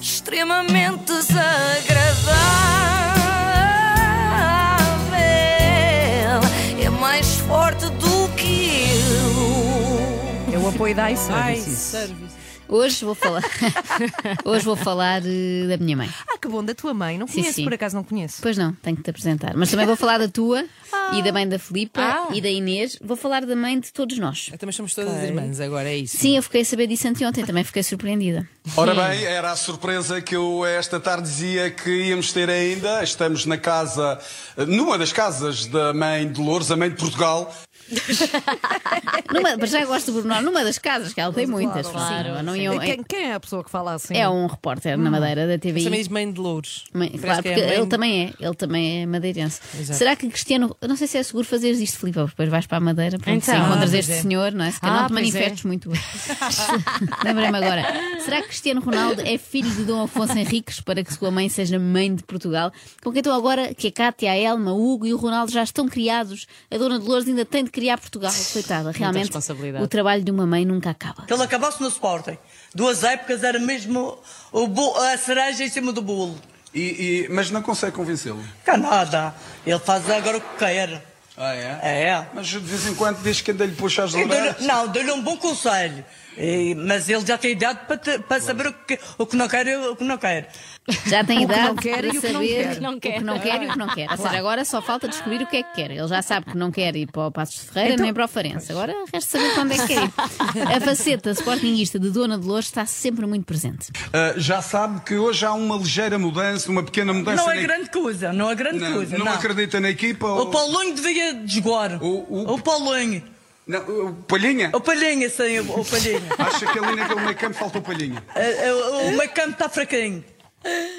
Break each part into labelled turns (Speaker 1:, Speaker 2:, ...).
Speaker 1: extremamente desagradável. É mais forte do que eu.
Speaker 2: É o apoio da iServices.
Speaker 3: service.
Speaker 4: Hoje vou falar. Hoje vou falar eh, da minha mãe.
Speaker 2: Ah, que bom, da tua mãe. Não
Speaker 4: Sim,
Speaker 2: conheço,
Speaker 4: sim.
Speaker 2: por acaso não conheço.
Speaker 4: Pois não, tenho que te apresentar. Mas também vou falar da tua e da mãe da Filipa e da Inês. Vou falar da mãe de todos nós.
Speaker 3: Então, mas somos todas irmãs, agora é isso.
Speaker 4: Sim, eu fiquei a saber disso anteontem, também fiquei surpreendida.
Speaker 5: Ora bem, era a surpresa que eu esta tarde dizia que íamos ter ainda. Estamos na casa, numa das casas da mãe de Louros, a mãe de Portugal.
Speaker 4: Numa, mas já gosto do Bruno, numa das casas, que ela tem muitas. Claro, não iam-
Speaker 2: Quem, quem é a pessoa que fala assim?
Speaker 4: um, é um repórter na Madeira da
Speaker 3: Mas também
Speaker 4: TVI.
Speaker 3: diz mãe de louros.
Speaker 4: Mãe-
Speaker 3: Parece
Speaker 4: claro,
Speaker 3: que
Speaker 4: porque
Speaker 3: é mãe-
Speaker 4: ele também é, ele também é madeirense.
Speaker 3: Exato.
Speaker 4: Será que Cristiano, eu não sei se é seguro fazeres isto, Filipe, porque depois vais para a Madeira, porque
Speaker 6: Então.
Speaker 4: se encontras
Speaker 3: Ah,
Speaker 4: este
Speaker 3: pois é.
Speaker 4: senhor, não é? Se calhar
Speaker 6: Ah,
Speaker 4: não te
Speaker 6: pois é.
Speaker 4: manifestes muito bem. Lembrei-me agora. Será que Cristiano Ronaldo é filho de Dom Afonso Henriques para que sua mãe seja mãe de Portugal? Com quem estão agora que a Cátia, a Elma, o Hugo e o Ronaldo já estão criados, a Dona Dolores ainda tem de criar Portugal. Coitada, realmente
Speaker 3: responsabilidade.
Speaker 4: o trabalho de uma mãe nunca acaba.
Speaker 7: Ele acabou-se no Sporting. Duas épocas era mesmo o bo- a cereja em cima do bolo.
Speaker 5: E, e- mas não consegue convencê-lo.
Speaker 7: Que nada. Ele faz agora o que quer.
Speaker 5: Ah, é?
Speaker 7: É.
Speaker 5: Mas de vez em quando diz que ainda lhe puxa as
Speaker 7: Eu
Speaker 5: orelhas.
Speaker 7: dou-lhe- não, dou-lhe um bom conselho. E- mas ele já tem idade para, te- para saber o que, o que não quer e o que não quer.
Speaker 4: Já tem
Speaker 2: O que
Speaker 4: idade
Speaker 2: não quer
Speaker 4: para
Speaker 2: e o que não
Speaker 4: saber
Speaker 2: quer.
Speaker 4: o que não quer e o que não quer. Ou seja, agora só falta descobrir o que é que quer. Ele já sabe que não quer ir para o Passos de Ferreira nem para o Farense. Agora resta saber quando é que quer ir. A faceta sportinguista de Dona Dolores está sempre muito presente.
Speaker 5: Ah, já sabe que hoje há uma ligeira mudança, uma pequena mudança.
Speaker 7: Não
Speaker 5: na
Speaker 7: é grande coisa, não é grande
Speaker 5: equipa. Não,
Speaker 7: coisa.
Speaker 5: não acredita na equipa?
Speaker 7: O
Speaker 5: ou-
Speaker 7: Paulinho devia desgoar.
Speaker 5: O- o-
Speaker 7: Paulinho.
Speaker 5: Não, o Palhinha?
Speaker 7: O Palhinha, sim, o, o Palhinha.
Speaker 5: Acha que ali naquele meio campo faltou Palhinha?
Speaker 7: Eh, eh, o, o meio campo está fraquinho.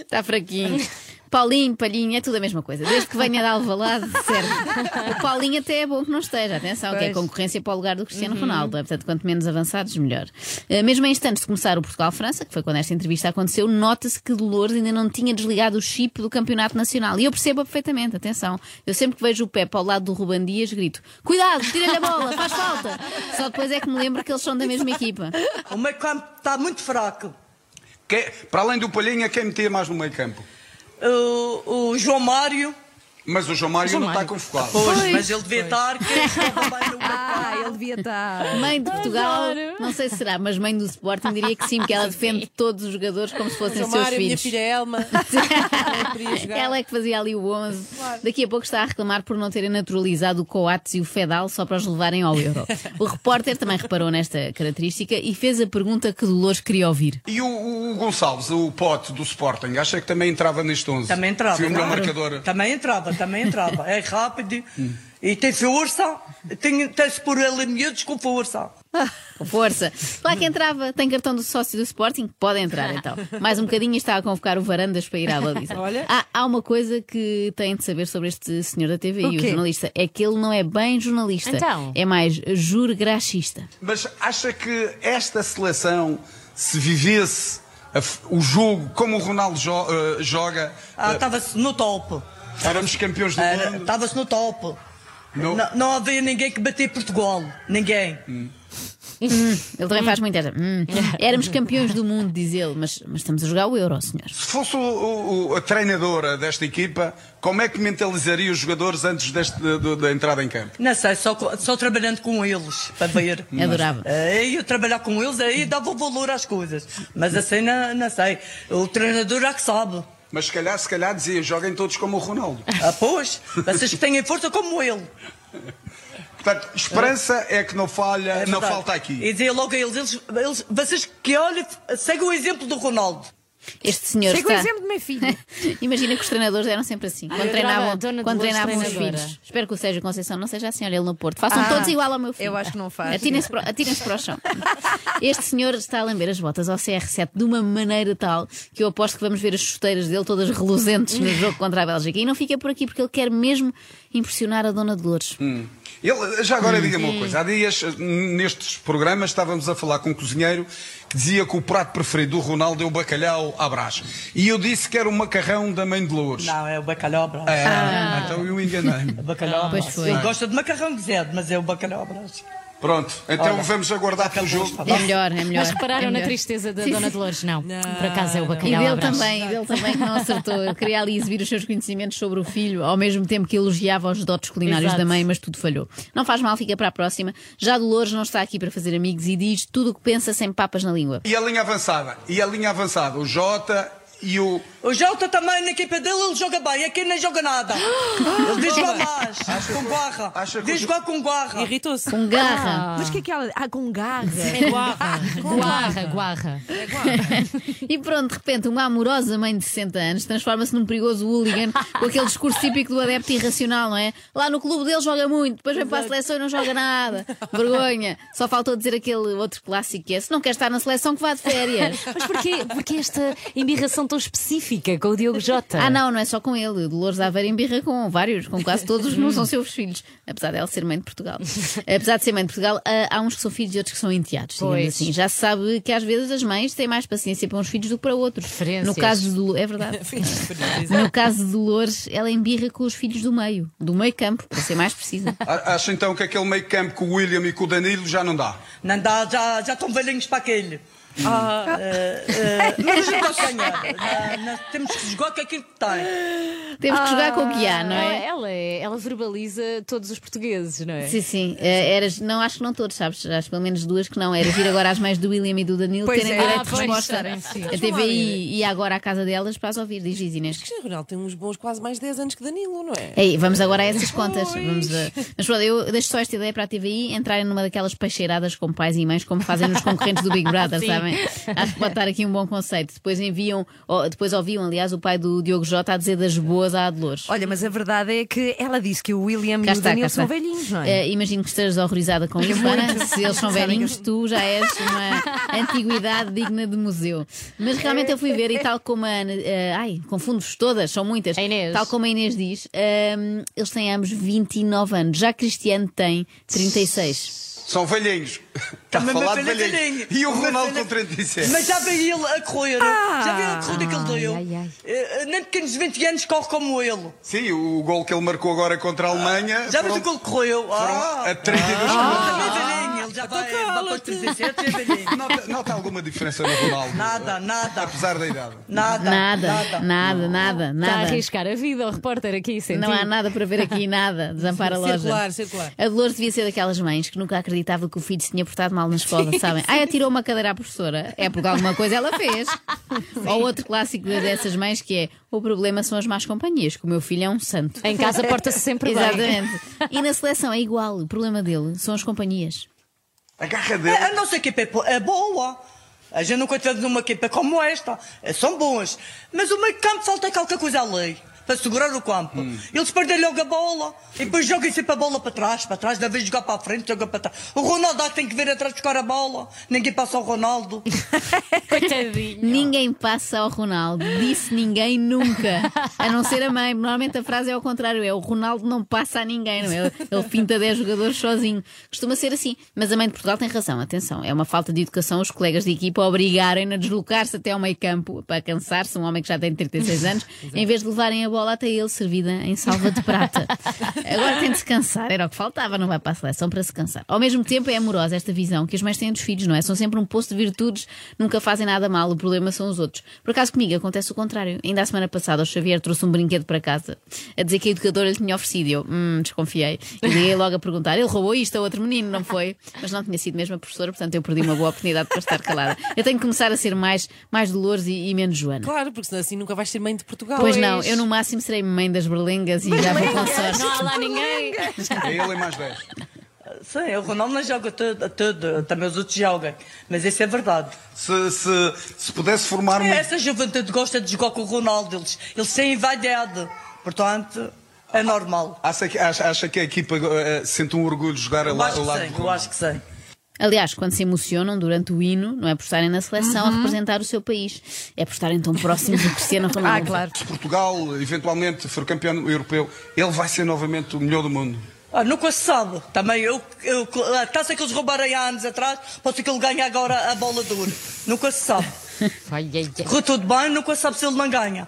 Speaker 4: Está Tá fraquinho. Paulinho, Palhinho, é tudo a mesma coisa. Desde que venha de Alvalade, serve. O Paulinho até é bom que não esteja. Atenção, que é concorrência para o lugar do Cristiano Ronaldo. Portanto, quanto menos avançados, melhor. Eh, Mesmo em instantes de começar o Portugal-França, que foi quando esta entrevista aconteceu, nota-se que Dolores ainda não tinha desligado o chip do Campeonato Nacional. E eu percebo perfeitamente, atenção. Eu sempre que vejo o Pepe ao lado do Ruban Dias, grito Cuidado, tira-lhe a bola, faz falta. Só depois é que me lembro que eles são da mesma equipa.
Speaker 7: O meio campo está muito fraco.
Speaker 5: Que- para além do Palhinha, quem metia mais no meio campo?
Speaker 7: O, o João Mário.
Speaker 5: Mas o João Mário não está convocado.
Speaker 7: Pois, mas ele devia estar. Que estava bem no
Speaker 2: Ah, ele devia estar.
Speaker 4: Mãe de Portugal, não sei se será, mas mãe do Sporting diria que sim, porque ela defende todos os jogadores como se fossem
Speaker 3: Sou
Speaker 4: seus
Speaker 3: Mário, minha
Speaker 4: filhos.
Speaker 3: filha Elma. Ela queria jogar.
Speaker 4: Ela é que fazia ali o 11. Daqui a pouco está a reclamar por não terem naturalizado o Coates e o Fedal só para os levarem ao Euro. O repórter também reparou nesta característica e fez a pergunta que Dolores queria ouvir.
Speaker 5: E o, o Gonçalves, o pote do Sporting, acha que também entrava neste 11?
Speaker 7: Também entrava.
Speaker 5: Foi o melhor
Speaker 7: claro.
Speaker 5: um marcador. Hum.
Speaker 7: Também entrava, também entrava. É rápido e tem força. Tem- Tem-se por ele miúdos com força.
Speaker 4: Com força. Lá que entrava, tem cartão do sócio do Sporting? Pode entrar então. Mais um bocadinho e está a convocar o Varandas para ir à baliza.
Speaker 3: Olha.
Speaker 4: Ah, há uma coisa que tem de saber sobre este senhor da TV
Speaker 2: O
Speaker 4: e o
Speaker 2: quê?
Speaker 4: jornalista. É que ele não é bem jornalista.
Speaker 6: Então?
Speaker 4: É mais jurgraxista.
Speaker 5: Mas acha que esta seleção, se vivesse a f- o jogo como o Ronaldo jo- eh, joga,
Speaker 7: Ah, Estava-se no top.
Speaker 5: éramos campeões do
Speaker 7: Era-
Speaker 5: mundo?
Speaker 7: Estava-se no top.
Speaker 5: Não.
Speaker 7: Ah, tá,
Speaker 5: Hum.
Speaker 7: Não, não havia ninguém que bater Portugal. Ninguém.
Speaker 4: Hum, Ele também faz muito esta. Hum. Éramos campeões do mundo, diz ele, mas, mas estamos a jogar o Euro, senhor.
Speaker 5: Se fosse o- o- o- a treinadora desta equipa, como é que mentalizaria os jogadores antes deste- do- da entrada em campo?
Speaker 7: Não sei, só, co- só trabalhando com eles para ver.
Speaker 5: Hum.
Speaker 4: Adorava.
Speaker 7: Aí eu trabalhar com eles, aí dava valor às coisas. Mas assim, não, não sei. O treinador já que sabe.
Speaker 5: Mas se calhar, se calhar dizia, joguem todos como o Ronaldo.
Speaker 7: Ah, pois, vocês que têm força como ele.
Speaker 5: Portanto, esperança é que não falha,
Speaker 7: É
Speaker 5: não
Speaker 7: verdade.
Speaker 5: falta aqui.
Speaker 7: E dizia logo a eles, eles, eles- vocês que olhem, seguem o exemplo do Ronaldo.
Speaker 4: Este senhor
Speaker 2: Chega o
Speaker 4: está.
Speaker 2: exemplo do meu filho.
Speaker 4: Imagina que os treinadores eram sempre assim. Quando
Speaker 6: Ah, eu adorava
Speaker 4: treinavam,
Speaker 6: a Dona
Speaker 4: quando
Speaker 6: Dolores
Speaker 4: treinavam os
Speaker 6: treinadora.
Speaker 4: filhos. Espero que o Sérgio Conceição não seja assim, olha ele no Porto. Façam
Speaker 2: Ah,
Speaker 4: todos igual ao meu filho.
Speaker 2: eu acho que não faz.
Speaker 4: Atirem-se para, atirem-se para o chão. Este senhor está a lamber as botas ao CR7 de uma maneira tal que eu aposto que vamos ver as chuteiras dele todas reluzentes no jogo contra a Bélgica. E não fica por aqui porque ele quer mesmo impressionar a Dona Dolores.
Speaker 5: Ele, já
Speaker 7: Hum.
Speaker 5: agora diga-me uma coisa. Há dias, nestes programas, estávamos a falar com um cozinheiro que dizia que o prato preferido do Ronaldo é o bacalhau à brás. E eu disse que era o macarrão da mãe de Lourdes.
Speaker 7: Não, é o bacalhau brás.
Speaker 5: É, então eu enganei-me.
Speaker 7: Bacalhau à
Speaker 4: Pois
Speaker 7: brás.
Speaker 4: foi.
Speaker 7: Ele gosta de macarrão guisado, mas é o bacalhau à brás.
Speaker 5: Pronto, então
Speaker 7: Ora,
Speaker 5: vamos aguardar pelo jogo.
Speaker 4: É melhor, é melhor.
Speaker 6: Mas repararam
Speaker 4: é
Speaker 6: na
Speaker 4: melhor.
Speaker 6: tristeza da
Speaker 4: Sim,
Speaker 6: Dona
Speaker 4: sim.
Speaker 6: Dolores? Não. Por acaso é o
Speaker 4: E
Speaker 6: bacalhau. à
Speaker 4: dele
Speaker 6: Brás.
Speaker 4: também, dele também que não acertou. Eu queria ali exibir os seus conhecimentos sobre o filho, ao mesmo tempo que elogiava os dotes culinários
Speaker 6: Exato.
Speaker 4: da mãe, mas tudo falhou. Não faz mal, fica para a próxima. Já Dolores não está aqui para fazer amigos e diz tudo o que pensa sem papas na língua.
Speaker 5: E a linha avançada? E a linha avançada? O Jota e o.
Speaker 7: O Jota também na equipa dele, ele joga bem. Aqui não joga nada. Ele diz vá mais, com guarra.
Speaker 5: acha que
Speaker 7: Diz
Speaker 5: o-
Speaker 7: vá com guarra.
Speaker 3: Irritou-se.
Speaker 4: Com garra.
Speaker 2: Mas o que é que ela. Ah, com garra.
Speaker 6: Guarra, guarra, guarra.
Speaker 4: E pronto, de repente, uma amorosa mãe de 60 anos transforma-se num perigoso hooligan com aquele discurso típico do adepto irracional, não é? Lá no clube dele joga muito, depois vem para a seleção e não joga nada. Vergonha. Só faltou dizer aquele outro clássico que é: se não quer estar na seleção, que vá de férias.
Speaker 6: Mas porquê, porquê esta embirração tão específica com o Diogo Jota?
Speaker 4: Ah, não, não é só com ele. Dolores Aveira embirra com vários, com quase todos, não são seus filhos. Apesar dela ser mãe de Portugal. Apesar de ser mãe de Portugal, ah, há uns que são filhos e outros que são enteados. digamos
Speaker 6: Pois.
Speaker 4: Assim. Já se sabe que às vezes as mães têm mais paciência para uns filhos do que para outros.
Speaker 6: Preferências.
Speaker 4: No caso de Dolores, é verdade.
Speaker 3: Exato.
Speaker 4: No caso de Dolores, ela embirra com os filhos do meio, do meio campo, para ser mais precisa.
Speaker 5: A- Acha então que aquele meio campo com o William e com o Danilo já não dá?
Speaker 7: Não dá, já, já estão velhinhos para aquele. Ah, eh, eh, mas a gente vai ganhar. Não, não, temos que jogar com aquilo que tem.
Speaker 4: Temos que jogar com o que há, não
Speaker 6: Ela,
Speaker 4: é?
Speaker 6: ela, é- ela verbaliza todos os portugueses, não é?
Speaker 4: Sim, sim. Eh, eras, não, acho que não todos, sabes? Acho pelo menos duas que não. Era vir agora às mães do William e do Danilo
Speaker 2: Pois
Speaker 4: terem
Speaker 2: é.
Speaker 4: direito
Speaker 6: Ah,
Speaker 4: de
Speaker 6: pois,
Speaker 4: resposta.
Speaker 6: estarem, sim.
Speaker 4: A TVI e agora à casa delas para as ouvir, diz Diz Inês.
Speaker 3: Cristiano Ronaldo tem uns bons quase mais 10 anos que Danilo, não é?
Speaker 4: Ei, vamos agora a essas contas. Vamos a- Mas pronto, eu deixo só esta ideia para a TVI entrarem numa daquelas peixeiradas com pais e mães, como fazem nos concorrentes do Big Brother,
Speaker 6: Sim.
Speaker 4: sabem? Acho que pode estar aqui um bom conceito. Depois enviam, ou- depois ouviam, aliás, o pai do Diogo Jota a dizer das boas à Dolores.
Speaker 2: Olha, mas a verdade é que ela disse que o William e
Speaker 4: Cá
Speaker 2: o
Speaker 4: está, cá
Speaker 2: Danilo
Speaker 4: está.
Speaker 2: são velhinhos, não é?
Speaker 4: Eh, imagino que estejas horrorizada com isso, Ana. Se eles são velhinhos, tu já és uma antiguidade digna de museu. Mas realmente eu fui ver e tal como a Ana. eh, ai, confundo-vos todas, são muitas.
Speaker 6: A Inês.
Speaker 4: Tal como a Inês diz, ehm, eles têm ambos 29 anos. Já Cristiano tem 36.
Speaker 5: São velhinhos. Está a
Speaker 7: Também
Speaker 5: falar de
Speaker 7: meu filho é
Speaker 5: velhinhos.
Speaker 7: velhinho.
Speaker 5: E o
Speaker 7: Meu
Speaker 5: Ronaldo
Speaker 7: filho é-
Speaker 5: com 37.
Speaker 7: Mas já vi ele a correr. Já vi a corrida que ele deu. Eh, eh, Nem pequenos 20 anos corre como ele.
Speaker 5: Sim, o gol que ele marcou agora contra a Alemanha. um
Speaker 7: Já viste o
Speaker 5: foram-
Speaker 7: que ele correu?
Speaker 5: É foram
Speaker 7: Ah,
Speaker 5: A 32
Speaker 7: também é velhinho. Ele já vai, vai para os 37 e é velhinho.
Speaker 5: Nota, nota alguma diferença no Ronaldo?
Speaker 7: Nada, nada.
Speaker 5: Apesar da idade.
Speaker 6: Tá.
Speaker 7: Nada,
Speaker 4: Nada, nada, nada,
Speaker 6: Está a
Speaker 4: nada.
Speaker 6: arriscar a vida ao repórter aqui, sentindo.
Speaker 4: Não há nada para ver aqui, nada. Desampara a loja.
Speaker 3: Circular, circular.
Speaker 4: A Dolores devia ser daquelas mães que nunca acreditava que o filho se tinha portado mal na escola, sabem? Ai, atirou uma cadeira à professora. É porque alguma coisa ela fez. Ou outro clássico dessas mães que é: o problema são as más companhias, que o meu filho é um santo.
Speaker 6: Em casa porta-se sempre bem.
Speaker 4: Exatamente. E na seleção é igual, o problema dele são as companhias.
Speaker 5: A garra dele.
Speaker 7: A, a nossa equipa é, po- é boa. A gente nunca tivemos uma equipa como esta. Eh, São bons. Mas o meio campo falta qualquer coisa ali. Para segurar o campo. Eles perdem logo a bola. E depois jogam sempre a bola para trás, para trás. Da vez de jogar para a frente, joga para trás. O Ronaldo há que tem que vir atrás buscar a bola. Ninguém passa ao Ronaldo.
Speaker 6: Coitadinho.
Speaker 4: Ninguém passa ao Ronaldo, disse ninguém nunca, a não ser a mãe. Normalmente a frase é ao contrário: é o Ronaldo não passa a ninguém, não é? Ele pinta 10 jogadores sozinho. Costuma ser assim. Mas a mãe de Portugal tem razão, atenção. É uma falta de educação os colegas de equipa obrigarem a deslocar-se até ao meio campo para cansar-se. Um homem que já tem 36 anos, em vez de levarem a bola até ele, servida em salva de prata. Agora tem de se cansar, era o que faltava, não vai para a seleção para se cansar. Ao mesmo tempo é amorosa esta visão que as mães têm dos filhos, não é? São sempre um poço de virtudes, nunca fazem nada mal, o problema são os outros. Por acaso comigo acontece o contrário. Ainda a semana passada o Xavier trouxe um brinquedo para casa a dizer que a educadora lhe tinha oferecido. e Eu, hum, desconfiei. E liguei logo a perguntar: ele roubou isto a outro menino, não foi? Mas não tinha sido mesmo a professora, portanto eu perdi uma boa oportunidade para estar calada. Eu tenho que começar a ser mais, mais Dolores e, e menos Joana.
Speaker 3: Claro, porque senão assim nunca vais ser mãe de Portugal.
Speaker 4: Pois não, é eu no máximo serei mãe das berlengas e já vou com sorte.
Speaker 6: Não há lá ninguém.
Speaker 5: É ele e mais 10.
Speaker 7: Sim, o Ronaldo não joga tudo, tudo. Também os outros jogam. Mas isso é verdade.
Speaker 5: Se, se, se pudesse formar um.
Speaker 7: Essa juventude gosta de jogar com o Ronaldo. Eles, eles têm invadiado. Portanto, é normal.
Speaker 5: Acha que, acha, acha que a equipa eh, sente um orgulho de jogar
Speaker 7: Eu
Speaker 5: lá
Speaker 7: acho
Speaker 5: ao
Speaker 7: que
Speaker 5: lado
Speaker 7: sei,
Speaker 5: do
Speaker 7: eu acho que sei.
Speaker 4: Aliás, quando se emocionam durante o hino, não é por estarem na seleção
Speaker 6: Uhum.
Speaker 4: a representar o seu país, é por estarem tão próximos do Cristiano Ronaldo.
Speaker 2: Ah, claro.
Speaker 5: Se Portugal eventualmente for campeão europeu, ele vai ser novamente o melhor do mundo.
Speaker 7: Ah, nunca se sabe. Também eu, eu, a taça que eles roubaram há anos atrás, pode ser que ele ganhe agora a bola de ouro. Nunca se sabe.
Speaker 6: Ai, ai, ai.
Speaker 7: Correu tudo bem, nunca se sabe se ele não ganha.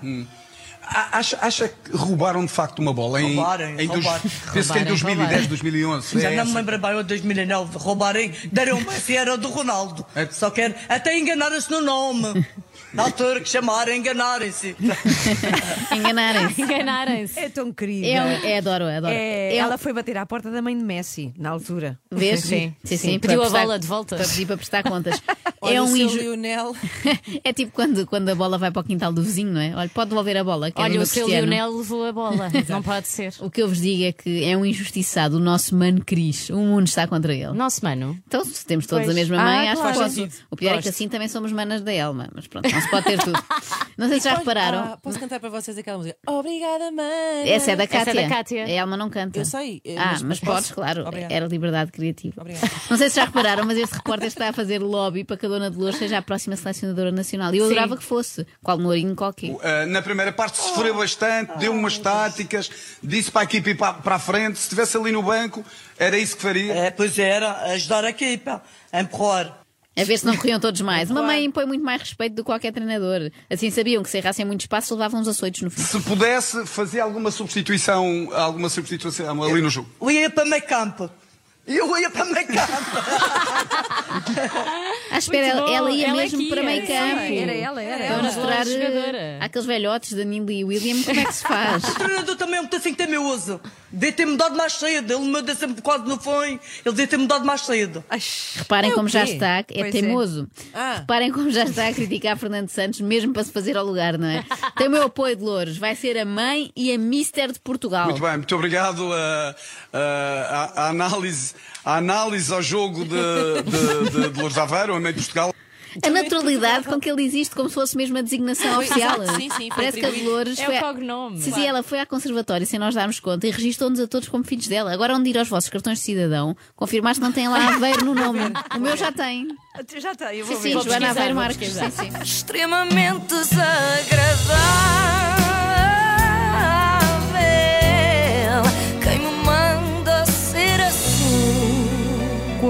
Speaker 5: A- Acha, acha que roubaram de facto uma bola? Em,
Speaker 7: Roubarem,
Speaker 5: em dois-
Speaker 7: roubarem.
Speaker 5: Penso que em
Speaker 6: Roubarem,
Speaker 5: 2010,
Speaker 6: roubarem.
Speaker 5: 2011.
Speaker 7: Já
Speaker 5: é
Speaker 7: não me
Speaker 5: essa.
Speaker 7: lembro bem, ou 2009, roubarem, deram uma se era do Ronaldo.
Speaker 5: É.
Speaker 7: Só quero, até enganaram-se no nome. Na altura que chamaram, enganaram-se.
Speaker 4: Enganarem-se.
Speaker 6: Enganarem-se.
Speaker 2: É tão querida.
Speaker 4: Eu, é, um- adoro, adoro.
Speaker 2: É,
Speaker 4: Eu-
Speaker 2: Ela foi bater à porta da mãe de Messi, na altura.
Speaker 4: Vês?
Speaker 6: Sim,
Speaker 4: sim,
Speaker 6: sim.
Speaker 4: para
Speaker 6: Pediu a
Speaker 4: prestar-
Speaker 6: bola de volta.
Speaker 4: Para pedir para prestar contas.
Speaker 3: Olha,
Speaker 4: é um
Speaker 3: o seu
Speaker 4: inju-
Speaker 3: Lionel.
Speaker 4: É tipo quando, quando a bola vai para o quintal do vizinho, não é? Olha, pode devolver a bola. Que é do
Speaker 6: Olha,
Speaker 4: meu
Speaker 6: o seu
Speaker 4: Cristiano.
Speaker 6: Lionel levou a bola. Não pode ser.
Speaker 4: O que eu vos digo é que é um injustiçado o nosso mano Cris. O mundo está contra ele.
Speaker 6: Nosso mano.
Speaker 4: Então, se temos todos
Speaker 6: Pois.
Speaker 4: a mesma
Speaker 2: Ah,
Speaker 4: mãe, acho
Speaker 2: claro.
Speaker 4: que
Speaker 2: Faz
Speaker 4: posso.
Speaker 3: sentido.
Speaker 4: O pior é que
Speaker 3: Gosto.
Speaker 4: assim também somos manas da Elma. Mas pronto, não se pode ter tudo. Não sei se já repararam.
Speaker 3: Ah, posso cantar para vocês aquela música? Obrigada, mãe.
Speaker 4: Essa é da
Speaker 6: Essa é
Speaker 4: Cátia.
Speaker 6: da Cátia.
Speaker 4: A Elma não canta.
Speaker 3: Eu sei, eh,
Speaker 4: Ah, mas,
Speaker 3: mas-
Speaker 4: podes,
Speaker 3: posso?
Speaker 4: claro.
Speaker 3: Obrigada.
Speaker 4: Era liberdade criativa.
Speaker 3: Obrigada.
Speaker 4: Não sei se já repararam, mas este repórter está a fazer lobby para que a Dona Dolores seja a próxima selecionadora nacional. E eu adorava que fosse. Qual Mourinho qualquer.
Speaker 5: Uh, na primeira parte sofreu
Speaker 7: Oh.
Speaker 5: bastante, deu umas táticas, disse para a equipe ir para, para a frente, se estivesse ali no banco, era isso que faria.
Speaker 7: É, pois era, ajudar a equipa, a empurrar.
Speaker 4: A ver se não corriam todos mais. Uma mãe impõe muito mais respeito do que qualquer treinador. Assim sabiam que se errassem muito espaço levavam os açoites no fim.
Speaker 5: Se pudesse, fazia alguma substituição, alguma substituição ali no jogo.
Speaker 7: Eu ia para meio campo. Eu ia para meio campo.
Speaker 4: Ah, espera,
Speaker 6: Muito
Speaker 4: ela,
Speaker 6: bom.
Speaker 4: ela ia
Speaker 6: Ela é
Speaker 4: mesmo
Speaker 6: que
Speaker 4: para
Speaker 6: ia.
Speaker 4: meio campo.
Speaker 2: Era ela, era
Speaker 4: Para
Speaker 2: ela.
Speaker 4: mostrar
Speaker 6: Boa jogadora.
Speaker 4: eh, àqueles velhotes, Danilo e William, como é que se faz.
Speaker 7: O treinador também é um assim que tem meu uso. Devia ter mudado mais cedo. Ele me deu sempre quase no fone. Ele devia ter mudado mais cedo.
Speaker 2: Ai,
Speaker 4: Reparem
Speaker 3: É o
Speaker 4: como já
Speaker 3: quê?
Speaker 4: está, é
Speaker 2: Pois é.
Speaker 4: teimoso.
Speaker 3: Ah.
Speaker 4: Reparem como já está a criticar Fernando Santos, mesmo para se fazer ao lugar, não é? Tem o meu apoio de Louros, vai ser a mãe e a Mister de Portugal.
Speaker 5: Muito bem, muito obrigado. eh, A, a, análise, a análise ao jogo de, de, de, de Lourdes Aveiro, a meio de Portugal.
Speaker 4: A naturalidade com que ele existe, como se fosse mesmo a designação
Speaker 3: Foi,
Speaker 4: oficial.
Speaker 3: exato, sim, sim, foi
Speaker 4: Parece que a
Speaker 3: atribuído.
Speaker 4: Dolores
Speaker 6: É
Speaker 4: foi.
Speaker 6: o
Speaker 4: a-
Speaker 6: cognome.
Speaker 4: Sim, sim, ela foi à conservatória sem nós darmos conta e registou-nos a todos como filhos dela. Agora, onde ir aos vossos cartões de cidadão, confirmar se não tem lá Aveiro no nome. O meu já tem.
Speaker 2: já está, eu vou
Speaker 4: Sim,
Speaker 2: ver.
Speaker 4: sim, Joana
Speaker 6: pesquisar,
Speaker 4: Aveiro
Speaker 6: vou
Speaker 4: Marques. Sim, sim.
Speaker 1: extremamente desagradável. Quem me manda ser assim?
Speaker 2: Com